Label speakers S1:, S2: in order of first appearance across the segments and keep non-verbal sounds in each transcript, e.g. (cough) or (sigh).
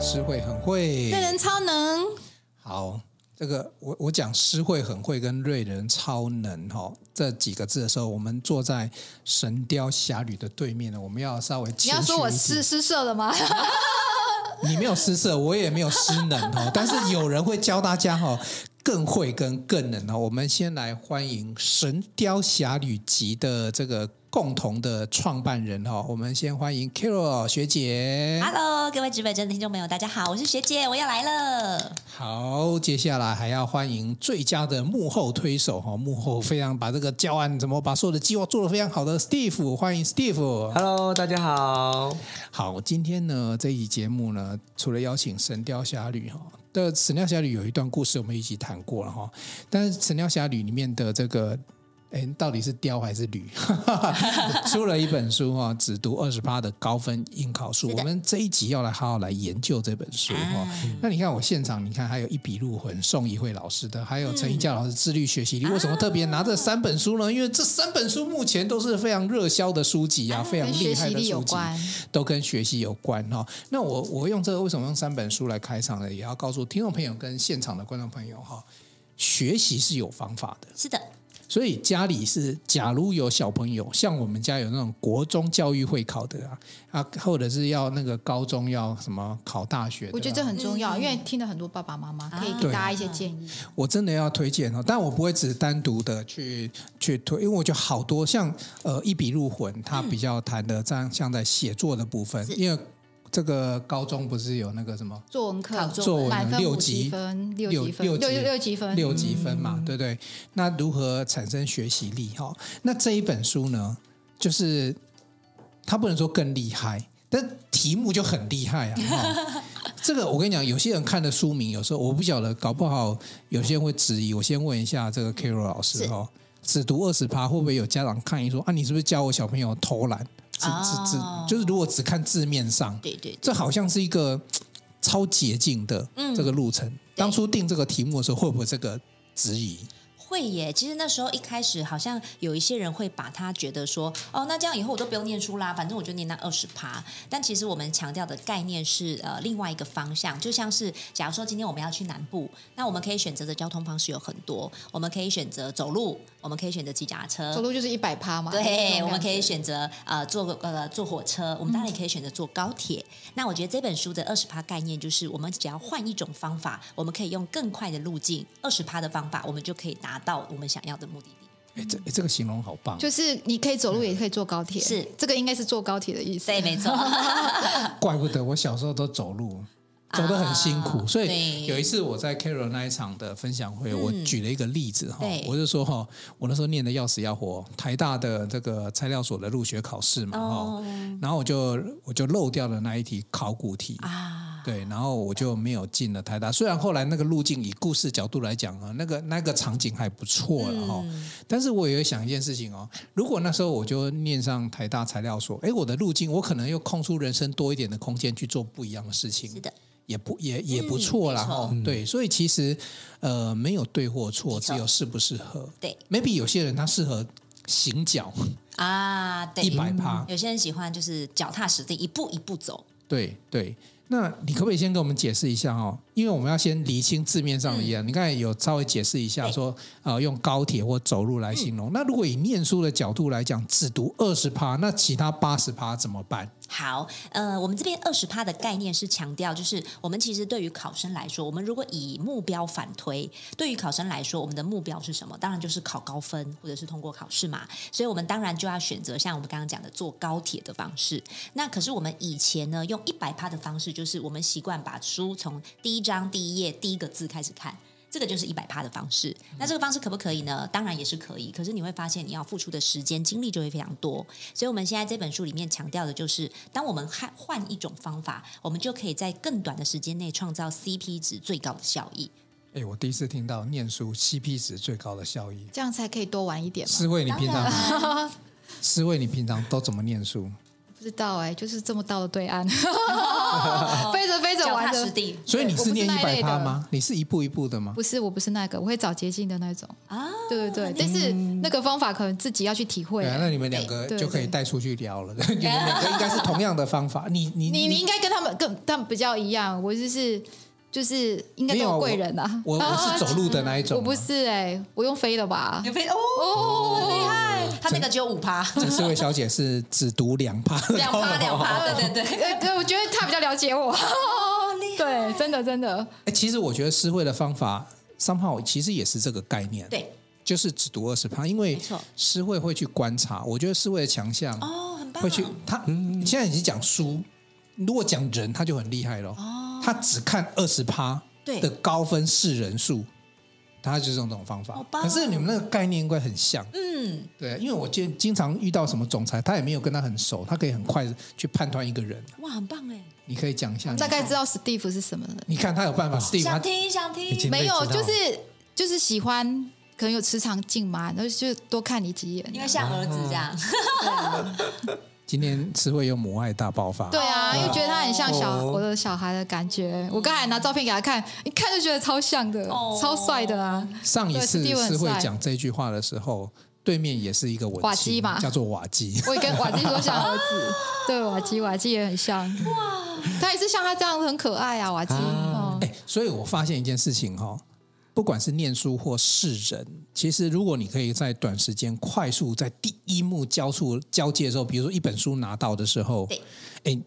S1: 诗慧很会，
S2: 嗯
S3: 瑞人超能，
S1: 好，这个我我讲诗慧很会跟瑞人超能哈、哦、这几个字的时候，我们坐在《神雕侠侣》的对面呢，我们要稍微
S3: 你要说我失失色了
S2: 哎
S3: 吗？
S1: 你没有失色，我也没有失能
S3: (laughs)
S1: 哦，但是有人会教大家哦，更会跟更能哦。我们先来欢迎《神雕侠侣》集的这个共同的创办人哦，我们先欢迎 Carol 学姐。
S2: (laughs) Hello，各位直北真的听众朋友，大家好，我是学姐，我要来了。
S1: 好，接下来还要欢迎最佳的幕后推手哈、哦，幕后非常把这个教案怎么把所有的计划做得非常好的 Steve，欢迎 Steve。
S4: Hello，大家好。
S1: 好，今天呢这一集节目呢，除了邀请《神雕侠侣》哈的《神雕侠侣》有一段故事我们一起谈过了哈、哦但是《神雕侠侣》里面的这个。哎，到底是雕还是驴？ (laughs) 出了一本书哈、哦，只读二十八的高分应考书。
S2: 是的
S1: 我们这一集要来好好来研究这本书哈、哦。
S3: 啊
S1: 那你看我现场，你看还有一笔入魂宋怡慧老师的，还有陈怡佳老师自律学习力。为什么特别拿这三本书呢？因为这三本书目前都是非常热销的书籍啊，非常
S3: 跟学
S1: 厉害
S3: 习
S1: 的
S3: 力有
S1: 书籍。
S3: 关。
S1: 都跟学习有关哈、那我我用这个为什么用三本书来开场呢？也要告诉听众朋友跟现场的观众朋友哈、学习是有方法的。
S2: 是的，
S1: 所以家里是，假如有小朋友，像我们家有那种国中教育会考的啊，啊，或者是要那个高中要什么考大学的啊、
S3: 我觉得这很重
S2: 嗯
S3: 要，因为听了很多爸爸妈妈可以给
S1: 对
S3: 大家一些建议。
S1: 我真的要推荐哦，但我不会只单独的去去推，因为我觉得好多像呃一笔入魂，它比较谈的这样像在写作的部分，因为这个高中不是有那个什么
S3: 作文课，
S1: 作文
S3: 满分
S1: 六
S3: 五
S1: 级
S3: 分，六
S1: 六
S3: 级分，
S1: 六
S3: 六
S1: 级
S3: 六六级分，嗯
S1: 六级分嘛，
S2: 嗯
S1: 对不对？那如何产生学习力？哈，那这一本书呢，就是它不能说更厉害，但题目就很厉害啊。
S2: (laughs)
S1: 哈这个我跟你讲，有些人看的书名，有时候我不晓得，搞不好有些人会质疑。我先问一下这个 Carol 老师
S2: 是
S1: 哦，只读二十趴，会不会有家长抗议说啊，你是不是教我小朋友偷懒？只只只
S2: 哦，
S1: 就是如果只看字面上，
S2: 对对
S1: 这好像是一个嘖超捷径的
S2: 嗯
S1: 这个路程。当初定这个题目的时候，会不会这个质疑？
S2: 会耶。其实那时候一开始，好像有一些人会把他觉得说，哦，那这样以后我都不用念书啦，反正我就念那二十趴。但其实我们强调的概念是呃另外一个方向，就像是假如说今天我们要去南部，那我们可以选择的交通方式有很多，我们可以选择走路，我们可以选择骑脚踏车，
S3: 走路就是一百
S2: 哦
S3: 趴嘛。
S2: 对，我们可以
S3: 选。
S2: 选择呃坐个呃坐火车，我们当然也可以选择坐高铁。那我觉得这本书的二十趴概念就是，我们只要换一种方法，我们可以用更快的路径，二十趴的方法，我们就可以达到我们想要的目的地。
S1: 哎，这哎这个形容好棒，
S3: 就是你可以走路，也可以坐高铁，
S2: 是
S3: 这个应该是坐高铁的意思。啊
S2: 对，没 (laughs) 错，
S1: 怪不得我小时候都走路。走得很辛苦，
S2: 啊
S1: 所以
S2: 对嗯
S1: 有一次我在 Carol 那一场的分享会，我举了一个例子哈
S2: 对，
S1: 我就说哈，我那时候念的要死要活，台大的这个材料所的入学考试嘛哈
S2: 哦，
S1: 然后我就我就漏掉了那一题考古题
S2: 啊，
S1: 对，然后我就没有进了台大。虽然后来那个路径以故事角度来讲啊，那个那个场景还不错了哈、
S2: 嗯
S1: 哦但是我也想一件事情哦，如果那时候我就念上台大材料所，哎，我的路径我可能又空出人生多一点的空间去做不一样的事情
S2: 是，的，
S1: 也不也也不
S2: 嗯
S1: 错啦
S2: 没错
S1: 哈、对，所以其实呃没有对或错，
S2: 没
S1: 只
S2: 错
S1: 有适不适合。
S2: 对
S1: maybe 有些人他适合行脚
S2: 啊，对，
S1: 一百趴，
S2: 有些人喜欢就是脚踏实地，一步一步走。
S1: 对对，那你可不可以先跟我们解释一下哦？因为我们要先厘清字面上的
S3: 嗯
S1: 意思。啊你刚才有稍微解释一下
S2: 对
S1: 说，呃，用高铁或走路
S3: 嗯
S1: 来形容。那如果以念书的角度来讲，只读二十趴，那其他八十趴怎么办？
S2: 好，呃，我们这边二十趴的概念是强调，就是我们其实对于考生来说，我们如果以目标反推，对于考生来说，我们的目标是什么？当然就是考高分或者是通过考试嘛。所以我们当然就要选择像我们刚刚讲的坐高铁的方式。那可是我们以前呢，用一百趴的方式，就是我们习惯把书从第一章第一页第一个字开始看。这个就是一百趴的方式。那这个方式可不可以呢？当然也是可以，可是你会发现你要付出的时间精力就会非常多。所以我们现在这本书里面强调的就是，当我们换换一种方法，我们就可以在更短的时间内创造 CP 值最高的效益。
S1: 哎，我第一次听到念书 CP 值最高的效益。
S3: 这样才可以多玩一点嘛。
S1: 思慧，你平常
S2: 当然
S3: 啊
S1: (laughs) 思慧，你平常都怎么念书？
S3: 不知道哎、就是这么到了对
S2: (laughs)
S3: 岸，飞着飞着
S2: 脚
S3: 玩
S2: 踏实
S3: 着。
S2: 地
S1: 所以你
S3: 我
S1: 是
S3: 不是
S1: 念
S3: 那
S1: 一
S3: 一
S1: 百
S3: 类
S1: 趴
S3: 的
S1: 吗？你是一步一步的吗？
S3: 不是，我不是那个，我会找捷径的那种。
S2: 啊，
S3: 对对对，但是那个方法可能自己要去体会
S1: 对。啊，那你们两个
S3: 对
S1: 就可以
S3: 对
S1: 带出去聊了。 (laughs) 你们两个应该是同样的方法。你你
S3: 你你应该跟他们跟他们比较一样，我就是就是应该
S1: 没
S3: 都
S1: 有
S3: 有
S1: 啊
S3: 贵人啊。
S1: 我我是
S2: (laughs)
S1: 走路的那一种啊，
S3: 我不是哎、我用飞的 (laughs) 吧
S2: 你？飞哦，厉害！他那个只有五趴， (laughs)
S1: 陈思维小姐是只读两趴，
S2: 两趴两趴，对对对，
S3: 呃对对，我觉得他比较了解我。 (laughs)
S2: 哦
S3: 对，真的真的，
S1: 哎、其实我觉得思慧的方法 somehow 其实也是这个概念，，
S2: 对
S1: 就是只读二十趴，因为
S2: 没错
S1: 思慧会去观察，我觉得思慧的强项
S2: 哦，很棒，
S1: 会去，他现在已经讲书，如果讲人他就很厉害咯。他只看二十趴
S2: 哦对
S1: 的高分是人数，他就是用这种方法
S2: 好。哦棒
S1: 可
S2: 啊
S1: 是你们那个概念应该很像，
S2: 嗯，
S1: 对，啊因为我经经常遇到什么总裁，他也没有跟他很熟，他可以很快地去判断一个人。
S2: 哇，很棒哎，
S1: 你可以讲一下，
S3: 大概
S1: 你看
S3: 知道哦 Steve 是什么人。
S1: 你看他有办法，Steve 他
S2: 想听想
S4: 已
S2: 听，
S4: 经
S3: 没有，
S4: 被知
S3: 就
S4: 道
S3: 是就是喜欢，可能有磁场劲嘛，然后就多看你几眼
S2: 因。为像儿子这样，
S1: 今天词汇又母爱大爆发。
S3: 对啊，因为觉得他很像小、
S4: 哦
S3: 我的小孩的感觉。我刚才拿照片给他看，一看就觉得超像的，
S2: 哦
S3: 超帅的啊！
S1: 上一次
S3: 对史蒂文
S1: 词汇
S3: 很帅
S1: 讲这句话的时候，对面也是一个文青
S3: 瓦基嘛
S1: 叫做瓦基。
S3: 我也跟瓦基说像儿子，对瓦基，瓦基也很像。哇，他也是像他这样很可爱啊，瓦基。
S2: 哦
S4: 啊
S3: 嗯
S1: 哎，所以我发现一件事情哈、哦，不管是念书或是人，其实如果你可以在短时间快速在第一幕交出交界的时候，比如说一本书拿到的时候
S2: 对，
S1: 哎，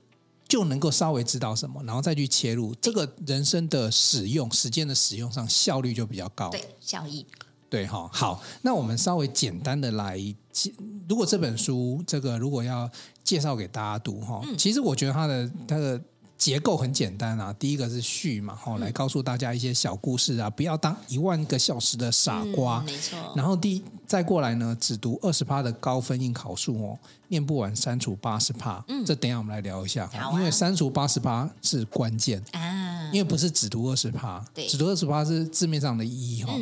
S1: 就能够稍微知道什么，然后再去切入，这个人生的使用时间的使用上效率就比较高。
S2: 对，效益，
S1: 对哈，好，那我们稍微简单的来介，如果这本书这个如果要介绍给大家读哈，
S2: 嗯
S1: 其实我觉得它的它的结构很简单啊，第一个是序嘛，
S2: 嗯
S1: 哈，来告诉大家一些小故事啊，不要当一万个小时的傻瓜，
S2: 嗯没错，
S1: 然后第再过来呢，只读二十趴的高分应考数哦，念不完删除八十趴，这等一下我们来聊一下，
S2: 嗯好啊
S1: 因为删除八十趴是关键，
S2: 啊
S1: 因，为不是只读二十趴，
S2: 对
S1: 只读二十趴是字面上的意义哈、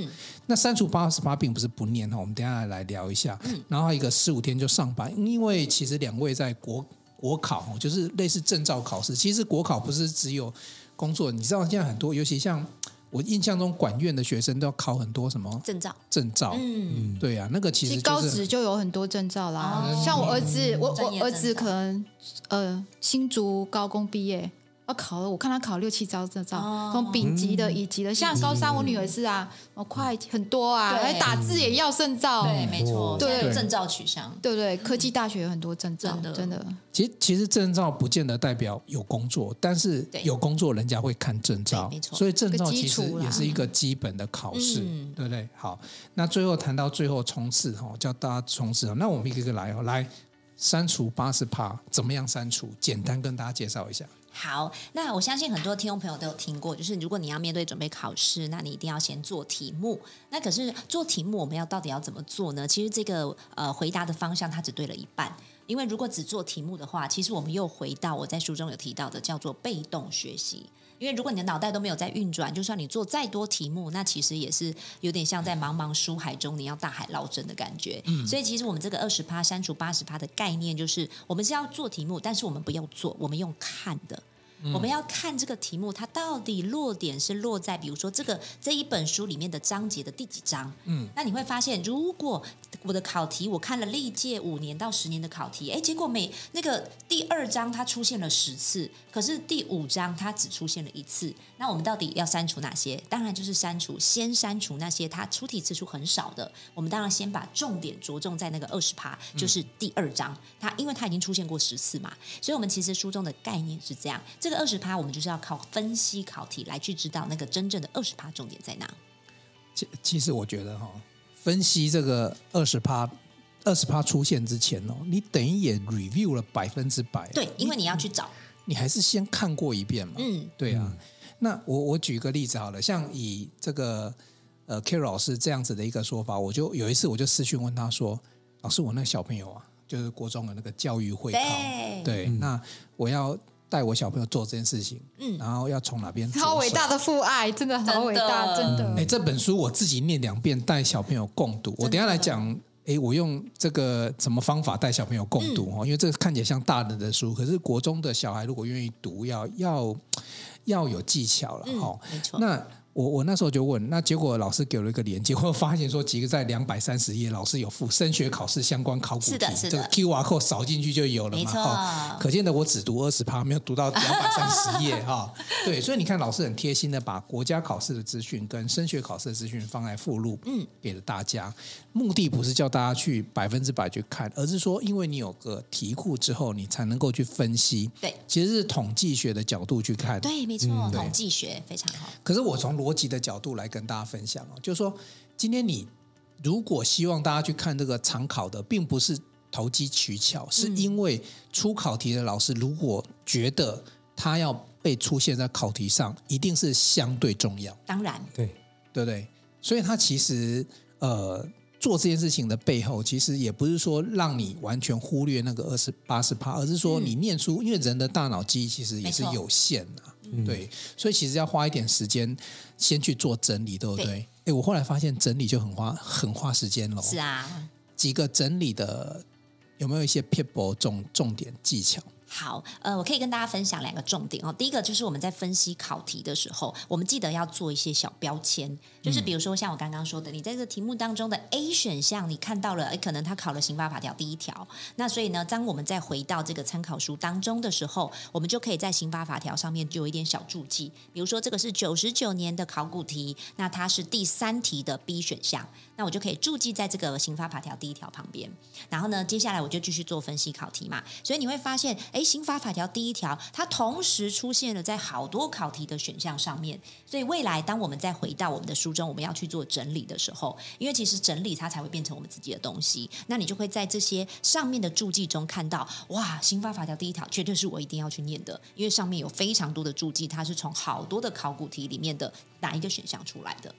S1: 那删除八十趴并不是不念哈，我们等一下来聊一下。然后还有一个十五天就上班，因为其实两位在国国考哦就是类似证照考试，其实国考不是只有工作，你知道现在很多，尤其像我印象中管院的学生都要考很多什么
S2: 证照，
S1: 证照，
S2: 嗯，
S1: 对啊，那个其
S3: 其
S1: 实
S3: 实高
S1: 就
S3: 职
S1: 是
S3: 就有很多证照啦，
S2: 哦
S3: 像我儿子，我
S2: 专业
S3: 我儿子
S2: 证照
S3: 可能呃新竹高工毕业，要考了，我看他考六七招证
S2: 哦
S3: 照，从丙
S1: 嗯
S3: 级的、乙级的，像高三我女儿是啊，哦快很多啊，
S2: 对
S3: 还打字
S1: 嗯
S3: 也要证照，
S2: 对，没错，
S3: 对
S2: 现在证照取向，
S3: 对不对？科技大学有很多证照
S2: 真的，
S3: 真的，
S1: 其实其实证照不见得代表有工作，但是
S2: 对
S1: 有工作人家会看证照，
S2: 对没错
S1: 所以证照
S3: 一个
S1: 其
S3: 基
S1: 实
S3: 础啦
S1: 也是一个基本的考试，
S2: 嗯
S1: 对不对？好，那最后谈到最后冲刺哈，叫大家冲刺哦，那我们一个一个来哦，来删除八十趴，怎么样删除？简单跟大家介绍一下。
S2: 好，那我相信很多听众朋友都有听过，就是如果你要面对准备考试，那你一定要先做题目。那可是做题目，我们要到底要怎么做呢？其实这个呃回答的方向，它只对了一半。因为如果只做题目的话，其实我们又回到我在书中有提到的，叫做被动学习。因为如果你的脑袋都没有在运转，就算你做再多题目，那其实也是有点像在茫茫书海中你要大海捞针的感觉。所以其实我们这个二十趴删除八十趴的概念，就是我们是要做题目，但是我们不要做，我们用看的。我们要看这个题目，它到底落点是落在，比如说这个这一本书里面的章节的第几章。嗯，那你会发现，如果我的考题我看了历届五年到十年的考题，哎，结果每那个第二章它出现了十次，可是第五章它只出现了一次。那我们到底要删除哪些？当然就是删除，先删除那些它出题次数很少的。我们当然先把重点着重在那个二十趴，
S1: 嗯
S2: 就是第二章，它因为它已经出现过十次嘛，所以我们其实书中的概念是这样，这个二十趴我们就是要靠分析考题来去知道那个真正的二十趴重点在哪。
S1: 其其实我觉得哈、分析这个二十趴。二十趴出现之前哦，你等于也 review 了百分之百，
S2: 对，因为你要去找，
S1: 你还是先看过一遍嘛。
S2: 嗯，
S1: 对啊。那我我举个例子好了，像以这个呃 K 老师这样子的一个说法，我就有一次我就私讯问他说：“老师，我那个小朋友啊，就是国中的那个教育会考，
S2: 对
S1: 对，那我要带我小朋友做这件事情，嗯，然后要从哪边？
S3: 好伟大
S1: 的！
S3: 的父爱，真的好伟大，
S2: 真
S3: 真
S2: 的
S1: 哎，
S3: 的。
S1: 这本书我自己念两遍，带小朋友共读。我等一下来讲。哎，我用这个什么方法带小朋友共读哦？因为这个看起来像大人的书，可是
S2: 嗯
S1: 国中的小孩如果愿意读，要要要有技巧了哈、
S2: 没错，
S1: 那我我那时候就问，那结果老师给了一个连结， (laughs) 我发现说几个在两百三十页，老师有附升学考试相关考古题，
S2: 是的是的
S1: 这个 Q R code 扫进去就有了
S2: 没
S1: 嘛。
S2: 错
S1: 哈可见的我只读二十趴，没有读到两百三十页哈。对，所以你看老师很贴心的把国家考试的资讯跟升学考试的资讯放在附录，嗯，给了大家。目的不是叫大家去百分之百去看，而是说因为你有个题库之后，你才能够去分析。
S2: 对
S1: 其实是统计学的角度去看。
S2: 对，没错，
S1: 嗯对
S2: 统计学非常好。
S1: 可是我从逻辑的角度来跟大家分享哦，就是说，今天你如果希望大家去看这个常考的，并不是投机取巧，是因为出考题的老师如果觉得他要被出现在考题上，一定是相对重要，
S2: 当然，
S4: 对，
S1: 对不对？所以他其实呃。做这件事情的背后，其实也不是说让你完全忽略那个二十八十趴，而是说你念书，因为人的大脑记忆其实也是
S2: 嗯没错嗯
S1: 有限的、对，所以其实要花一点时间先去做整理，对不对
S2: 对？
S1: 哎，我后来发现整理就很花很花时间咯。
S2: 是啊。
S1: 几个整理的有没有一些 people 重重点技巧？
S2: 好，呃，我可以跟大家分享两个重点哦。第一个就是我们在分析考题的时候，我们记得要做一些小标签，就是比如说像我刚刚说的，你在这个题目当中的 A 选项，你看到了，诶可能他考了刑法法条第一条，那所以呢，当我们再回到这个参考书当中的时候，我们就可以在刑法法条上面就有一点小注记，比如说这个是九十九年的考古题，那它是第三题的 B 选项，那我就可以注记在这个刑法法条第一条旁边。然后呢，接下来我就继续做分析考题嘛。所以你会发现，诶，刑法法条第一条，它同时出现了在好多考题的选项上面。所以未来当我们再回到我们的书中，我们要去做整理的时候，因为其实整理它才会变成我们自己的东西。那你就会在这些上面的注记中看到，哇，刑法法条第一条绝对是我一定要去念的，因为上面有非常多的注记，它是从好多的考古题里面的哪一个选项出来的。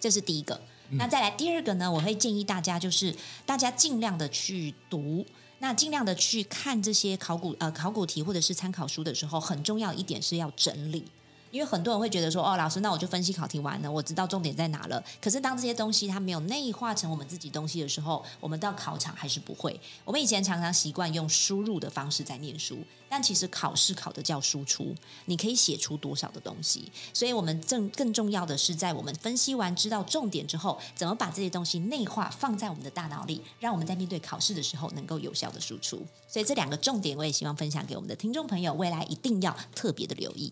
S2: 这是第一个。那再来第二个呢，我会建议大家就是大家尽量的去读。那尽量的去看这些考古呃考古题或者是参考书的时候，很重要一点是要整理，因为很多人会觉得说，哦，老师，那我就分析考题完了，我知道重点在哪了。可是当这些东西它没有内化成我们自己东西的时候，我们到考场还是不会。我们以前常常习惯用输入的方式在念书，但其实考试考的叫输出，你可以写出多少的东西。所以我们更更重要的是，在我们分析完知道重点之后，怎么把这些东西内化放在我们的大脑里，让我们在面对考试的时候能够有效的输出。所以这两个重点，我也希望分享给我们的听众朋友，未来一定要特别的留意。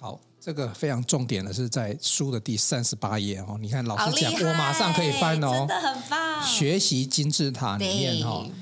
S1: 好，这个非常重点的是在书的第三十八页哦。你看老
S2: 好
S1: 师
S2: 厉
S1: 讲，
S2: 害！
S1: 我马上可以翻
S2: 真
S1: 哦。
S2: 的很棒。
S1: 学习金字塔里面哈、哦
S2: 对，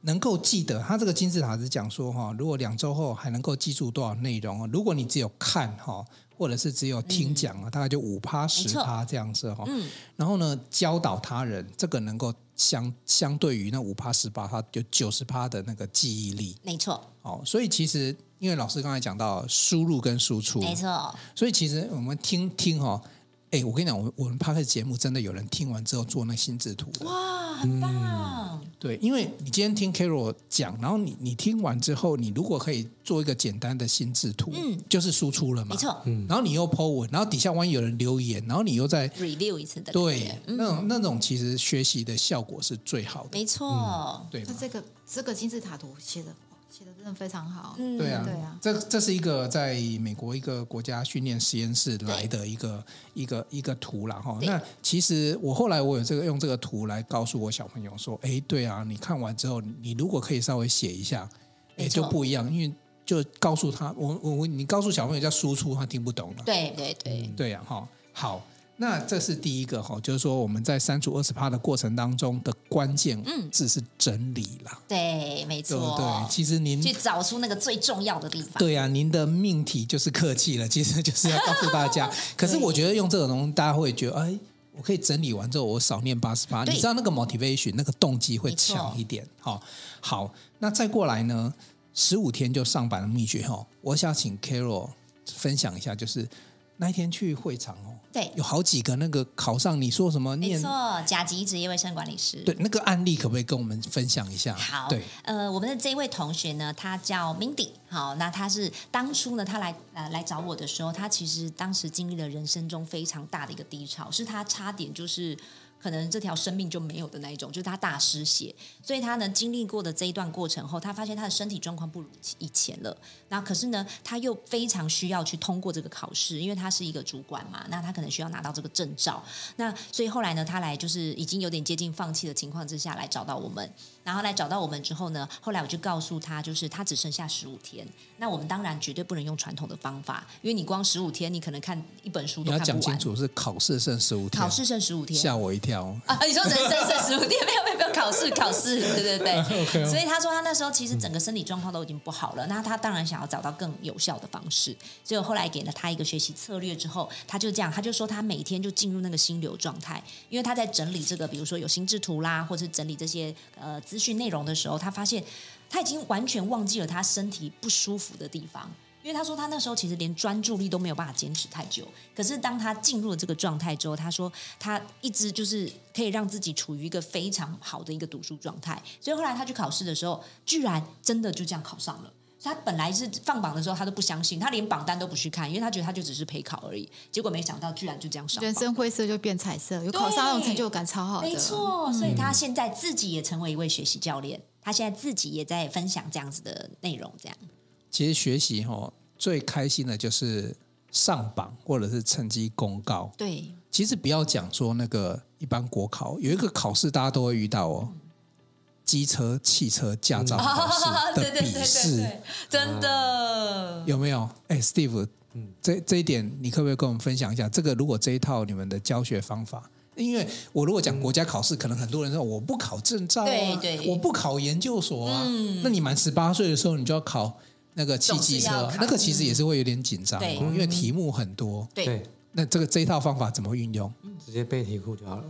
S1: 能够记得，它这个金字塔是讲说哈，如果两周后还能够记住多少内容哦，如果你只有看哈，或者是只有听讲啊，大概就五趴十趴这样子哈。
S2: 嗯
S1: 然后呢，教导他人，这个能够相相对于那五趴十趴，它有九十趴的那个记忆力
S2: 没错，
S1: 哦。所以其实，因为老师刚才讲到输入跟输出，
S2: 没错，
S1: 所以其实我们听听哈、哦，哎，我跟你讲，我我们 p o d 节目真的有人听完之后做那心智图的。
S2: 哇，很棒！
S1: 对，因为你今天听 Carol 讲，然后你你听完之后，你如果可以做一个简单的心智图，
S2: 嗯
S1: 就是输出了嘛，
S2: 没。错
S1: 然后你又 Po 文，然后底下万一有人留言，然后你又在
S2: ，review 一次的感
S1: 对
S2: 觉，
S1: 那种那种其实学习的效果是最好的，
S2: 嗯没错，
S1: 对
S3: 那
S1: 吗？
S3: 这个这个金字塔图写的写的真的非常好，
S2: 嗯
S1: 对啊，
S3: 对啊
S1: 这这是一个在美国一个国家训练实验室来的一个一个一个图啦哈。
S2: 对
S1: 那其实我后来我有这个用这个图来告诉我小朋友说，哎，对啊，你看完之后，你如果可以稍微写一下，哎，
S2: 没错
S1: 就不一样，因为就告诉他，我我我你告诉小朋友叫输出，他听不懂了。
S2: 对对对，
S1: 对呀、哈，好，那这是第一个哈，就是说我们在删除二十趴的过程当中的关键字是整理啦，
S2: 对，没
S1: 对不对
S2: 嗯错？，
S1: 其实您
S2: 去找出那个最重要的地方。
S1: 对呀、啊您的命题就是客气了，其实就是要告诉大
S2: (laughs)
S1: 家。可是我觉得用这种东西，大家会觉得，哎，我可以整理完之后，我少念八十八，你
S2: 对
S1: 知道那个 motivation 那个动机会
S2: 没错
S1: 强一点。好、好，那再过来呢，十五天就上班的秘诀哦，我想请 Carol 分享一下，就是那一天去会场哦，
S2: 对
S1: 有好几个那个考上你说什么
S2: 没
S1: 念
S2: 错，甲级职业卫生管理师。
S1: 对那个案例，可不可以跟我们分享一下？
S2: 好，
S1: 对，
S2: 呃，我们的这位同学呢，他叫 Mindy。好，那他是当初呢，他来呃来找我的时候，他其实当时经历了人生中非常大的一个低潮，是他差点就是可能这条生命就没有的那一种，就是他大失血。所以他呢经历过的这一段过程后，他发现他的身体状况不如以前了。那可是呢，他又非常需要去通过这个考试，因为他是一个主管嘛，那他可能需要拿到这个证照。那所以后来呢，他来就是已经有点接近放弃的情况之下来找到我们，然后来找到我们之后呢，后来我就告诉他，就是他只剩下十五天。那我们当然绝对不能用传统的方法，因为你光十五天，你可能看一本书
S1: 你
S2: 都
S1: 要
S2: 看
S1: 讲
S2: 不
S1: 清
S2: 完。
S1: 楚，是考试剩十五天，
S2: 考试剩十五天， (laughs)
S1: 吓我一跳。哦
S2: 啊，你说人生剩十五天， (laughs) 没有没有没有考试考试， (laughs) 对对对。
S1: OK，哦
S2: 所以他说他那时候其实整个身体状况都已经不好了，那他当然想要找到更有效的方式，所以我后来给了他一个学习策略之后，他就这样，他就说他每天就进入那个心流状态，因为他在整理这个，比如说有心智图啦，或者是整理这些呃资讯内容的时候，他发现他已经完全忘记了他身体不舒服的地方。因为他说他那时候其实连专注力都没有办法坚持太久，可是当他进入了这个状态之后，他说他一直就是可以让自己处于一个非常好的一个读书状态，所以后来他去考试的时候，居然真的就这样考上了。所以他本来是放榜的时候，他都不相信，他连榜单都不去看，因为他觉得他就只是陪考而已。结果没想到，居然就这样上榜
S3: 人。生灰色就变彩色，有考上那种成就感超好的。
S2: 没，错，所以
S1: 嗯
S2: 他现在自己也成为一位学习教练，他现在自己也在分享这样子的内容，这样。
S1: 其实学习哈、最开心的就是上榜或者是成绩公告。
S2: 对，
S1: 其实不要讲说那个一般国考，有一个考试大家都会遇到哦，机车、汽车驾照考
S2: (laughs) 啊，
S1: 试
S2: 对
S1: 的
S2: 对对
S1: 笔
S2: 对
S1: 试，
S2: 对，真的。
S1: 有没有？哎，Steve，这
S4: 嗯
S1: 这一点你可不可以跟我们分享一下？这个如果这一套你们的教学方法，因为我如果讲国家考试，可能很多人说我不考证照啊，
S2: 对对嗯
S1: 我不考研究所啊，那你满十八岁的时候你就要考。那个汽机车
S2: 总是要
S1: 啊
S2: 考，
S1: 那个其实也是会有点紧张、哦，
S2: 对
S1: 因为题目很多。
S2: 对
S4: 对，
S1: 那这个这一套方法怎么运用？
S4: 直接背题库就好了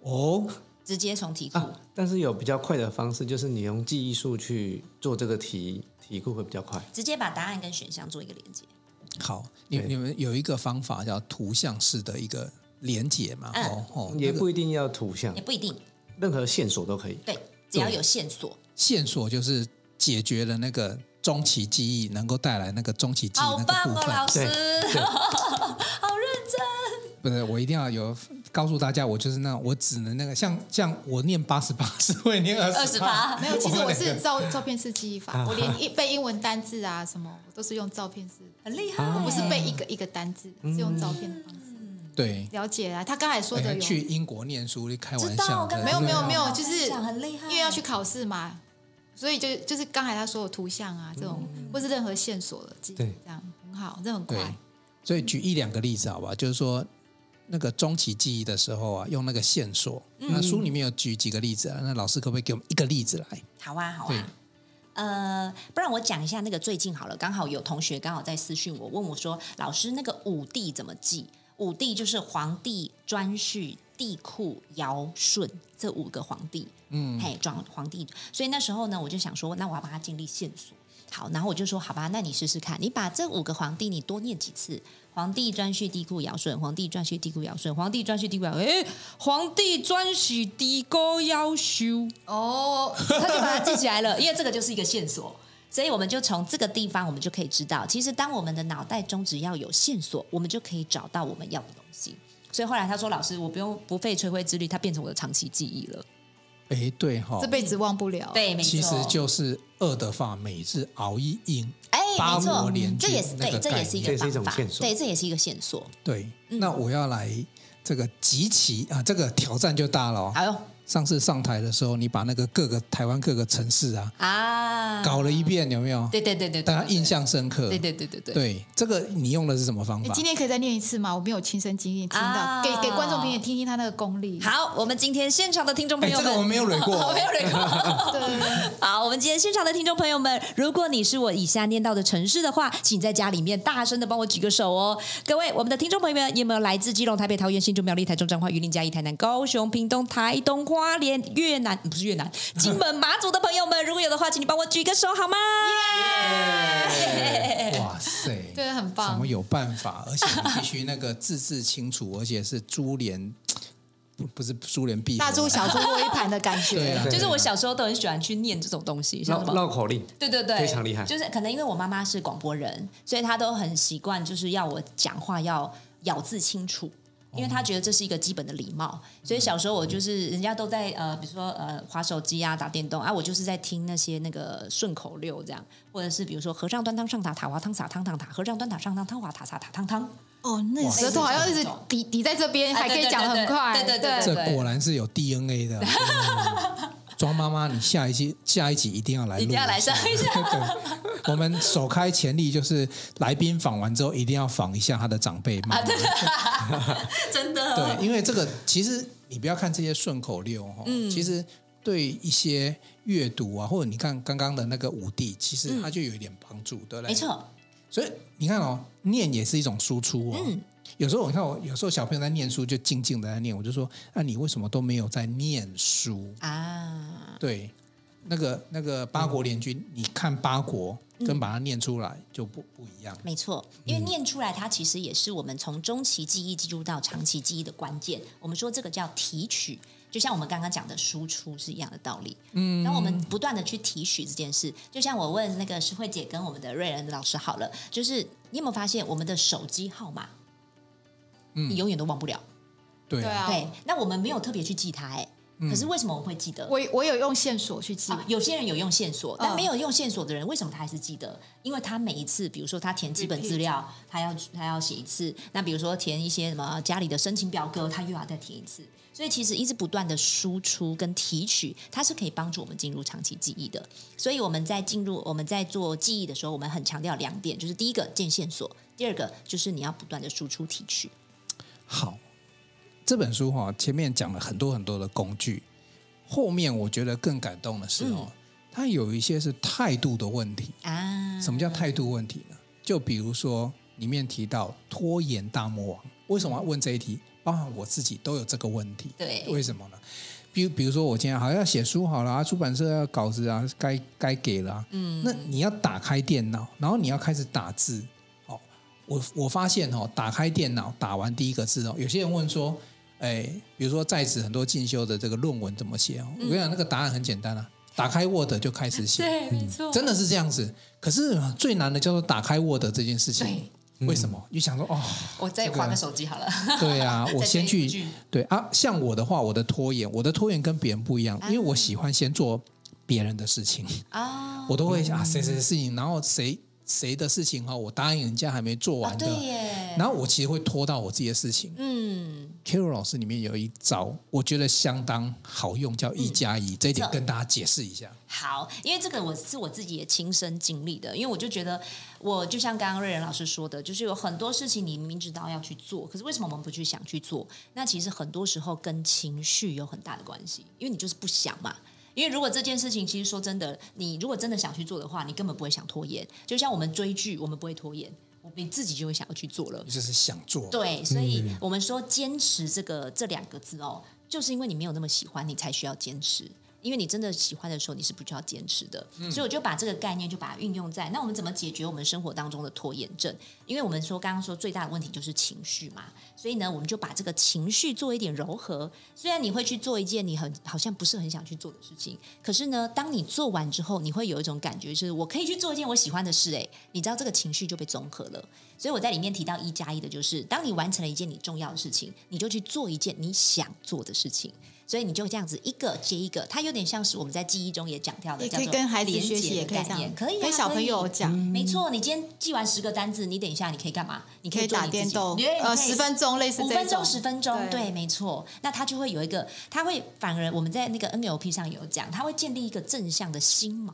S1: 哦，
S2: 直接从题库。
S4: 啊。但是有比较快的方式，就是你用记忆术去做这个题题库会比较快。
S2: 直接把答案跟选项做一个连接，
S1: 好，你
S4: 对
S1: 你们有一个方法叫图像式的一个连结嘛？
S2: 嗯
S1: 哦哦，
S4: 也
S1: 那个
S4: 不一定要图像
S2: 也，不一定
S4: 任何线索都可以。
S2: 对，只要有线索。
S1: 线索就是解决了那个中期记忆能够带来那个中期记忆
S2: 好
S1: 那
S2: 棒
S1: 个部
S2: 哦，
S1: 分。
S2: 老师
S4: 对，
S2: (laughs) 好认真。
S1: 不是，我一定要有告诉大家，我就是那种我只能那个像像我念八十八 (laughs) 是会念二十
S2: 28
S3: 没有，其实
S1: 们
S3: 我
S1: 两
S3: 是
S1: 个啊
S3: 照照片式记忆法，
S1: (laughs)
S3: 我连一背英文单字啊什么，我都是用照片式，
S2: 很厉害，
S1: 啊
S3: 我不是背一个一个单字，是用照片的方式
S1: 对。
S3: 了解啊。他刚才说的
S1: 嗯哎
S3: 有，
S1: 去英国念书，你开玩
S2: 知道
S1: 笑
S2: 我刚
S1: 的？
S2: 才
S3: 没有
S1: 对
S3: 没
S1: 啊
S3: 有没有，就是
S2: 讲很厉害，
S3: 因为要去考试嘛，所以就就是刚才他说的图像啊这种，或是任何线索的记忆
S4: 对，
S3: 这样很好，这很
S1: 嗯对
S3: 快。，
S1: 所以举一两个例子好吧，就是说那个中期记忆的时候啊，用那个线索。
S3: 嗯
S1: 那书里面有举几个例子啊，那老师可不可以给我们一个例子来？
S2: 好啊，好
S1: 对
S2: 啊。呃，不然我讲一下那个最近好了，刚好有同学刚好在私讯我，问我说：“老师，那个五帝怎么记？五帝就是皇帝、颛顼、帝喾、尧、舜这五个皇帝。嗯，嘿，转皇帝。所以那时候呢，我就想说，那我要帮他建立线索。好，然后我就说，好吧，那你试试看，你把这五个皇帝你多念几次：皇帝、颛顼、帝喾、尧、舜；皇帝、颛顼、帝喾、尧、舜；皇帝、颛顼、帝喾、尧。哎，皇帝、颛顼、帝喾、尧、舜。
S3: 哦，
S2: (laughs) 他就把它记起来了，因为这个就是一个线索。所以我们就从这个地方，我们就可以知道，其实当我们的脑袋中只要有线索，我们就可以找到我们要的东西。所以后来他说：“老师，我不用不费吹灰之力，它变成我的长期记忆了。
S1: 哎，对哈、
S3: 这辈子忘不了。”，
S2: 对，没错，
S1: 其实就是恶的话，每日熬一阴。
S2: 哎，
S1: 八
S2: 没
S1: 魔
S2: 错
S1: 连，
S2: 这
S1: 卷
S2: 也是
S1: 那
S2: 对，
S1: 个
S2: 这
S1: 概
S2: 也是一
S1: 念
S2: 个
S4: 这也是一
S2: 方
S4: 种
S2: 法
S4: 线，索
S2: 对，这也是一个线索。
S1: 对，
S2: 嗯
S1: 那我要来这个集齐啊，这个挑战就大了、哦。
S2: 哎呦
S1: 上次上台的时候，你把那个各个台湾各个城市啊
S2: 啊，
S1: 搞了一遍，有没有？
S2: 对，对对对对，
S1: 大家印象深刻。
S2: 对对对对哎对，
S1: 对这个你用的是什么方
S3: 你
S1: 法？
S3: 今天可以再念一次吗？我没有亲身经验，听
S2: 啊
S3: 到给给观众朋友听听他那个功力。
S2: 好，我们今天现场的听众朋
S1: 哎，
S2: 友
S1: 这
S2: 们，
S1: 个我们没有蕊过
S2: (laughs) 我
S1: 哦
S2: 没。有人过。
S3: 对，
S2: 好，我们今天现场的听众朋友们，如果你是我以下念到的城市的话，请在家里面大声的帮我举个手哦。各位，我们的听众朋友们，你有没有来自基隆、台北、桃园、新竹、苗栗、台中、彰化、云林、嘉义、台南、高雄、屏东、台东、花莲、越南，嗯不是越南，金门、马祖的朋友们？如果有的话，请你帮我举个手好吗？哎
S1: 哇
S2: (laughs)
S1: 塞，
S3: 对很棒
S1: 怎么有办法？而且你必须那个字字清楚，而且是珠联，不 (coughs) 不是珠联璧合啊
S3: 大珠小珠落一盘的感
S1: 对
S3: 觉
S1: 啊。
S2: 就是我小时候都很喜欢去念这种东西，像
S4: 绕
S2: 什么
S4: 绕口令，
S2: 对对对，
S4: 非常厉害
S2: 就是可能因为我妈妈是广播人，所以她都很习惯，就是要我讲话要咬字清楚。因为他觉得这是一个基本的礼貌。
S4: 嗯
S2: 所以小时候我就是人家都在呃，比如说呃，划手机啊、打电动啊，我就是在听那些那个顺口溜这样，或者是比如说和尚端汤上塔，塔滑汤洒汤汤塔，和尚端塔上汤，汤滑塔洒塔汤汤。
S3: 哦，那舌头好像一直抵抵在这边，
S2: 啊
S3: 还可以
S2: 对对
S3: 讲得很
S2: 对对
S3: 快，
S2: 对对对
S1: 这果然是有 DNA
S2: (laughs)
S1: 的。啊嗯庄妈妈，你下一期下一集一定要
S4: 嗯
S1: 来录，啊
S2: 一定要来上
S4: (laughs)
S2: 一下
S1: (laughs)
S2: (laughs)
S1: 对，我们首开前例就是来宾访完之后，一定要访一下他的长辈
S2: 啊
S1: 妈妈。
S2: 真的。哦
S1: 对，因为这个其实你不要看这些顺口溜哈、
S2: 嗯
S1: 其实对一些阅读啊，或者你看刚刚的那个五 D，其实它就有一点帮助，对不对？
S2: 没。错，
S1: 所以你看哦，念也是一种输出哦。
S2: 嗯
S1: 有时候我看我有时候小朋友在念书，就静静的在念，我就说：“那、你为什么都没有在念书？”
S2: 啊，
S1: 对，那个那个八国联军，你看八国跟把它念出来就不不一样。
S2: 没错，因为念出来，它其实也是我们从中期记忆进入到长期记忆的关键。我们说这个叫提取，就像我们刚刚讲的输出是一样的道理。嗯，然后我们不断的去提取这件事，就像我问那个石慧姐跟我们的瑞仁老师好了，就是你有没有发现我们的手机号码，你永远都忘不了。
S1: 对
S3: 对啊，
S2: 对，那我们没有特别去记它、哎、可是为什么我们会记得？
S3: 我我有用线索去记，
S2: 啊有些人有用线索，但没有用线索的人，为什么他还是记得？因为他每一次，比如说他填基本资料，他要他要写一次；那比如说填一些什么家里的申请表格，他又要再填一次。所以其实一直不断的输出跟提取，它是可以帮助我们进入长期记忆的。所以我们在进入我们在做记忆的时候，我们很强调两点，就是第一个建线索，第二个就是你要不断的输出提取。
S1: 好，这本书哈、前面讲了很多很多的工具，后面我觉得更感动的是哦，它有一些是态度的问题。
S2: 啊，
S1: 什么叫态度问题呢？就比如说里面提到拖延大魔王，为什么要问这一题？包含我自己都有这个问题。
S2: 对
S1: 为什么呢？比如比如说我今天好像要写书好了、啊，出版社要稿子啊，该该给了、嗯，那你要打开电脑，然后你要开始打字。哦，我我发现哦，打开电脑打完第一个字哦，有些人问说。哎，比如说在职很多进修的这个论文怎么写哦？我跟你讲，那个答案很简单啊，打开 Word 就开始写。
S3: 对，没错
S1: 真的是这样子。可是最难的叫做打开 Word 这件事情，为什么？你想
S2: (laughs)
S1: 说哦，
S2: 我再划个手机好了。
S1: 对啊，我先
S2: 嗯再追一
S1: 去
S2: 句
S1: 对啊。像我的话，我的拖延，我的拖延跟别人不一样，因为我喜欢先做别人的事情，
S2: 啊
S1: 我都会想啊谁谁的事情，然后谁谁的事情哈，我答应人家还没做
S2: 啊，
S1: 完的
S2: 对，耶，
S1: 然后我其实会拖到我自己的事情。
S2: 嗯。
S1: Carol 老师里面有一招，我觉得相当好用，叫一加一，这一点
S2: 这
S1: 跟大家解释一下。
S2: 好，因为这个我是我自己也亲身经历的，因为我就觉得，我就像刚刚瑞仁老师说的，就是有很多事情你明知道要去做，可是为什么我们不去想去做？那其实很多时候跟情绪有很大的关系，因为你就是不想嘛。因为如果这件事情，其实说真的，你如果真的想去做的话，你根本不会想拖延。就像我们追剧，我们不会拖延，我们自己就会想要去做了。
S1: 就是想做，
S2: 对，所以我们说坚持这个这两个字哦，就是因为你没有那么喜欢，你才需要坚持。因为你真的喜欢的时候，你是不需要坚持的。所以我就把这个概念就把它运用在那我们怎么解决我们生活当中的拖延症？因为我们说刚刚说最大的问题就是情绪嘛，所以呢，我们就把这个情绪做一点柔和。虽然你会去做一件你很好像不是很想去做的事情，可是呢，当你做完之后，你会有一种感觉，就是我可以去做一件我喜欢的事。哎，你知道这个情绪就被综合了。所以我在里面提到一加一的，就是当你完成了一件你重要的事情，你就去做一件你想做的事情。所以你就这样子一个接一个，它有点像是我们在记忆中也讲到的，
S3: 也
S2: 叫
S3: 可以
S2: 做
S3: 跟孩子
S2: 连
S3: 学习
S2: 结
S3: 也
S2: 的
S3: 可以
S2: 概
S3: 这样
S2: 念可以啊
S3: 跟小
S2: 可
S3: 朋
S2: 以
S3: 友讲
S1: 嗯
S2: 没错。你今天记完十个单字，你等一下你可以干嘛？你
S3: 可以
S2: 做
S3: 打
S2: 你自己
S3: 电动
S2: 对，，
S3: 呃，
S2: 你可以
S3: 十分钟类似
S2: 五
S3: 这
S2: 分钟、
S3: 种，
S2: 十分钟，
S3: 对
S2: 对，没错。那他就会有一个，他会反而我们在那个 NLP 上有讲，他会建立一个正向的心锚，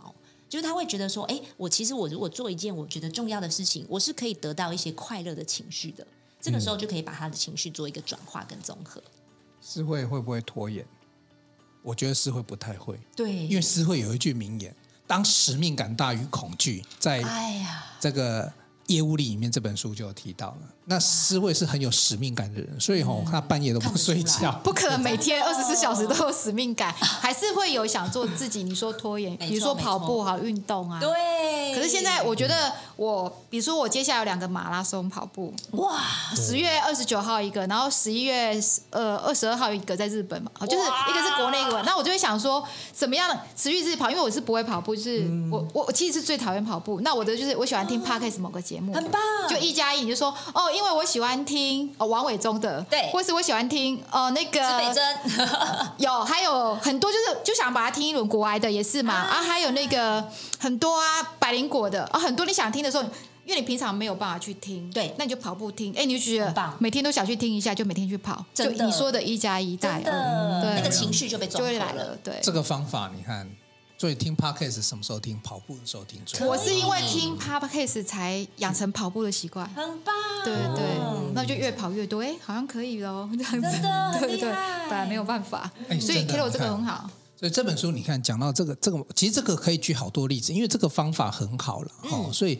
S2: 就是他会觉得说，哎，我其实我如果做一件我觉得重要的事情，我是可以得到一些快乐的情绪的。这
S1: 嗯
S2: 个时候就可以把他的情绪做一个转化跟综合。
S1: 诗慧会不会拖延？我觉得诗慧不太会，因
S2: 对
S1: 为，诗慧有一句名言：“当使命感大于恐惧。”在
S2: 哎呀，
S1: 这个业务力里面，这本书就有提到了。那诗慧是很有使命感的人，所以吼、他半夜都不睡
S2: 嗯看得出
S1: 觉。 (laughs)
S3: 不可能每天二十四小时都
S2: 哦
S3: 有使命感，还是会有想做自己。你说拖延，
S2: 没错
S3: 比如说跑步好运动啊。
S2: 对。
S3: 可是现在我觉得我，比如说我接下来有两个马拉松跑步，
S2: 哇，
S3: 十月二十九号一个，然后十一月呃二十二号一个在日本嘛，哦就是一个是国内一个，那我就会想说怎么样持续自己跑，因为我是不会跑步，就是
S2: 嗯
S3: 我我我其实是最讨厌跑步，那我的就是我喜欢听 podcast 某个节目，
S2: 很棒
S3: 就一加一，你就说哦，因因为我喜欢听哦王伟忠的，
S2: 对
S3: 或是我喜欢听呃那个
S2: 指北针，
S3: 有，还有很多就是就想把它听一轮国外的也是嘛，啊，还有那个很多啊百灵果的啊，很多你想听的时候，因为你平常没有办法去听，
S2: 对
S3: 那你就跑步听，哎，你就觉
S2: 很
S3: 得
S2: 棒
S3: 每天都想去听一下，就每天去跑，就
S2: 真的
S3: 你说的一加一大
S2: 真
S3: 于
S2: 的
S3: 二，嗯对，
S2: 那个情绪就被
S3: 就
S2: 综合
S3: 会来
S2: 了
S3: 了，。对。
S1: 这个方法你看，所以听 podcast 什么时候听？跑步的时候听最好。
S3: 我是因为听 podcast 才养成跑步的习惯，
S2: 很棒，
S3: 对对，那我就越跑越多，哎，好像可以喽， (laughs) 这样子
S2: 真的，很
S3: 对
S2: 厉
S3: 对，
S2: 害
S3: 本来没有办法
S1: 哎，
S3: 所以
S1: 真的
S3: k i l o 这个
S1: 很
S3: 很好，
S1: 所以这本书你看讲到这个这个，其实这个可以举好多例子，因为这个方法很好了
S2: 嗯
S1: 哦，所以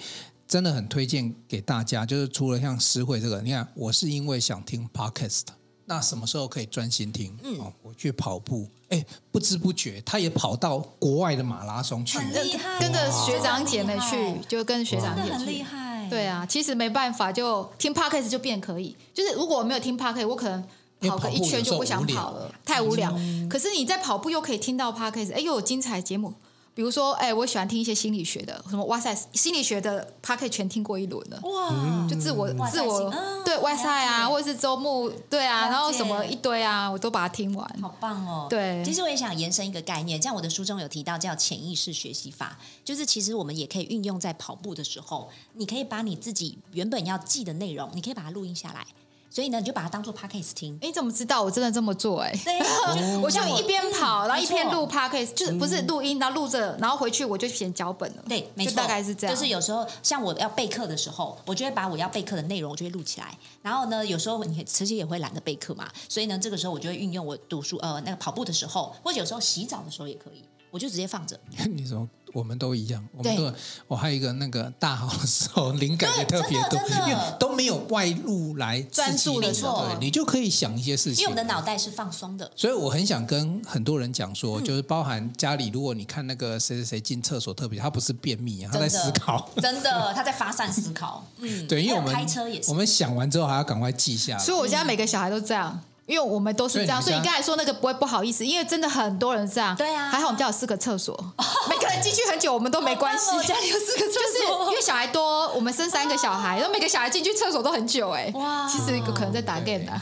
S1: 真的很推荐给大家。就是除了像诗慧这个，你看我是因为想听 podcast，那什么时候可以专心听？
S2: 嗯
S1: 哦，我去跑步，哎，不知不觉他也跑到国外的马拉松去
S2: 很
S1: 了。
S2: 厉害，
S3: 跟着学长姐们去，就跟学长
S2: 真
S3: 姐
S2: 的很厉
S3: 去。
S2: 害，
S3: 对啊，其实没办法，就听 podcast 就变可以。就是如果我没有听 podcast，我可能跑个一圈就不想跑了，太无聊。
S2: 嗯
S3: 可是你在跑步又可以听到 podcast，哎，又有精彩节目。比如说，哎，我喜欢听一些心理学的，什么哇塞，心理学的 podcast 全听过一轮了。
S2: 哇，
S3: 就自我
S2: 嗯哇塞
S3: 自我
S2: 心嗯
S3: 对外赛
S2: 了
S3: 啊，
S2: 解
S3: 或者是周末对啊，
S2: 了
S3: 然后什么
S2: 解
S3: 一堆啊，我都把它听完。
S2: 好棒哦！
S3: 对
S2: 其实我也想延伸一个概念，像我的书中有提到叫潜意识学习法，就是其实我们也可以运用在跑步的时候，你可以把你自己原本要记的内容，你可以把它录音下来，所以呢，你就把它当做 podcast 听。
S3: 哎，你怎么知道我真的这么做？哎，
S2: 对，
S3: 我 (laughs) 就一边跑，
S2: 嗯
S3: 然后一边
S2: 没错嗯
S3: 录 podcast，就是不是录音，然后录着，然后回去我就写脚本了。
S2: 对，没
S3: 就
S2: 错，
S3: 大概是这样。
S2: 就是有时候像我要备课的时候，我就会把我要备课的内容我就会录起来。然后呢，有时候你其实也会懒得备课嘛，所以呢，这个时候我就会运用我读书呃那个跑步的时候，或者有时候洗澡的时候也可以，我就直接放着。
S1: (laughs) 你说我们都一样，我们
S2: 对
S1: 都我还有一个那个大好的时候灵感也特别多
S2: 真的真，的
S1: 因为都没有外路来刺
S3: 专
S1: 激
S3: 注的
S1: 你
S3: 时候
S1: 对，你就可以想一些事情。啊
S2: 因为我们的脑袋是放松的，
S1: 所以我很想跟很多人讲
S2: 嗯
S1: 说，就是包含家里，如果你看那个谁谁谁进厕所特别，他不是便秘，他在
S2: 真的
S1: 思考。
S2: (laughs) 真的他在发散思
S1: (laughs)
S2: 考。嗯，
S1: 对，因为我
S2: 还有
S1: 们
S2: 开车也是
S1: 我，们想完之后还要赶快记下来
S3: 所。以我家每个小孩都这样。因为我们都是这样，
S1: 啊所
S3: 所
S1: 以
S3: 以
S1: 你们家
S3: 你刚才说那个不会不好意思，因为真的很多人这样。
S2: 对啊
S3: 还好我们家有四个厕所，每个人进去很哦 (laughs) 久，我们都没关系
S2: 好。棒哦家里有四个厕
S3: 就是
S2: 所
S3: 因为小孩多，我们生三个小孩，然后每个小孩进去厕所都很久哎。
S2: 哇
S3: 其实可能在打 game 啊，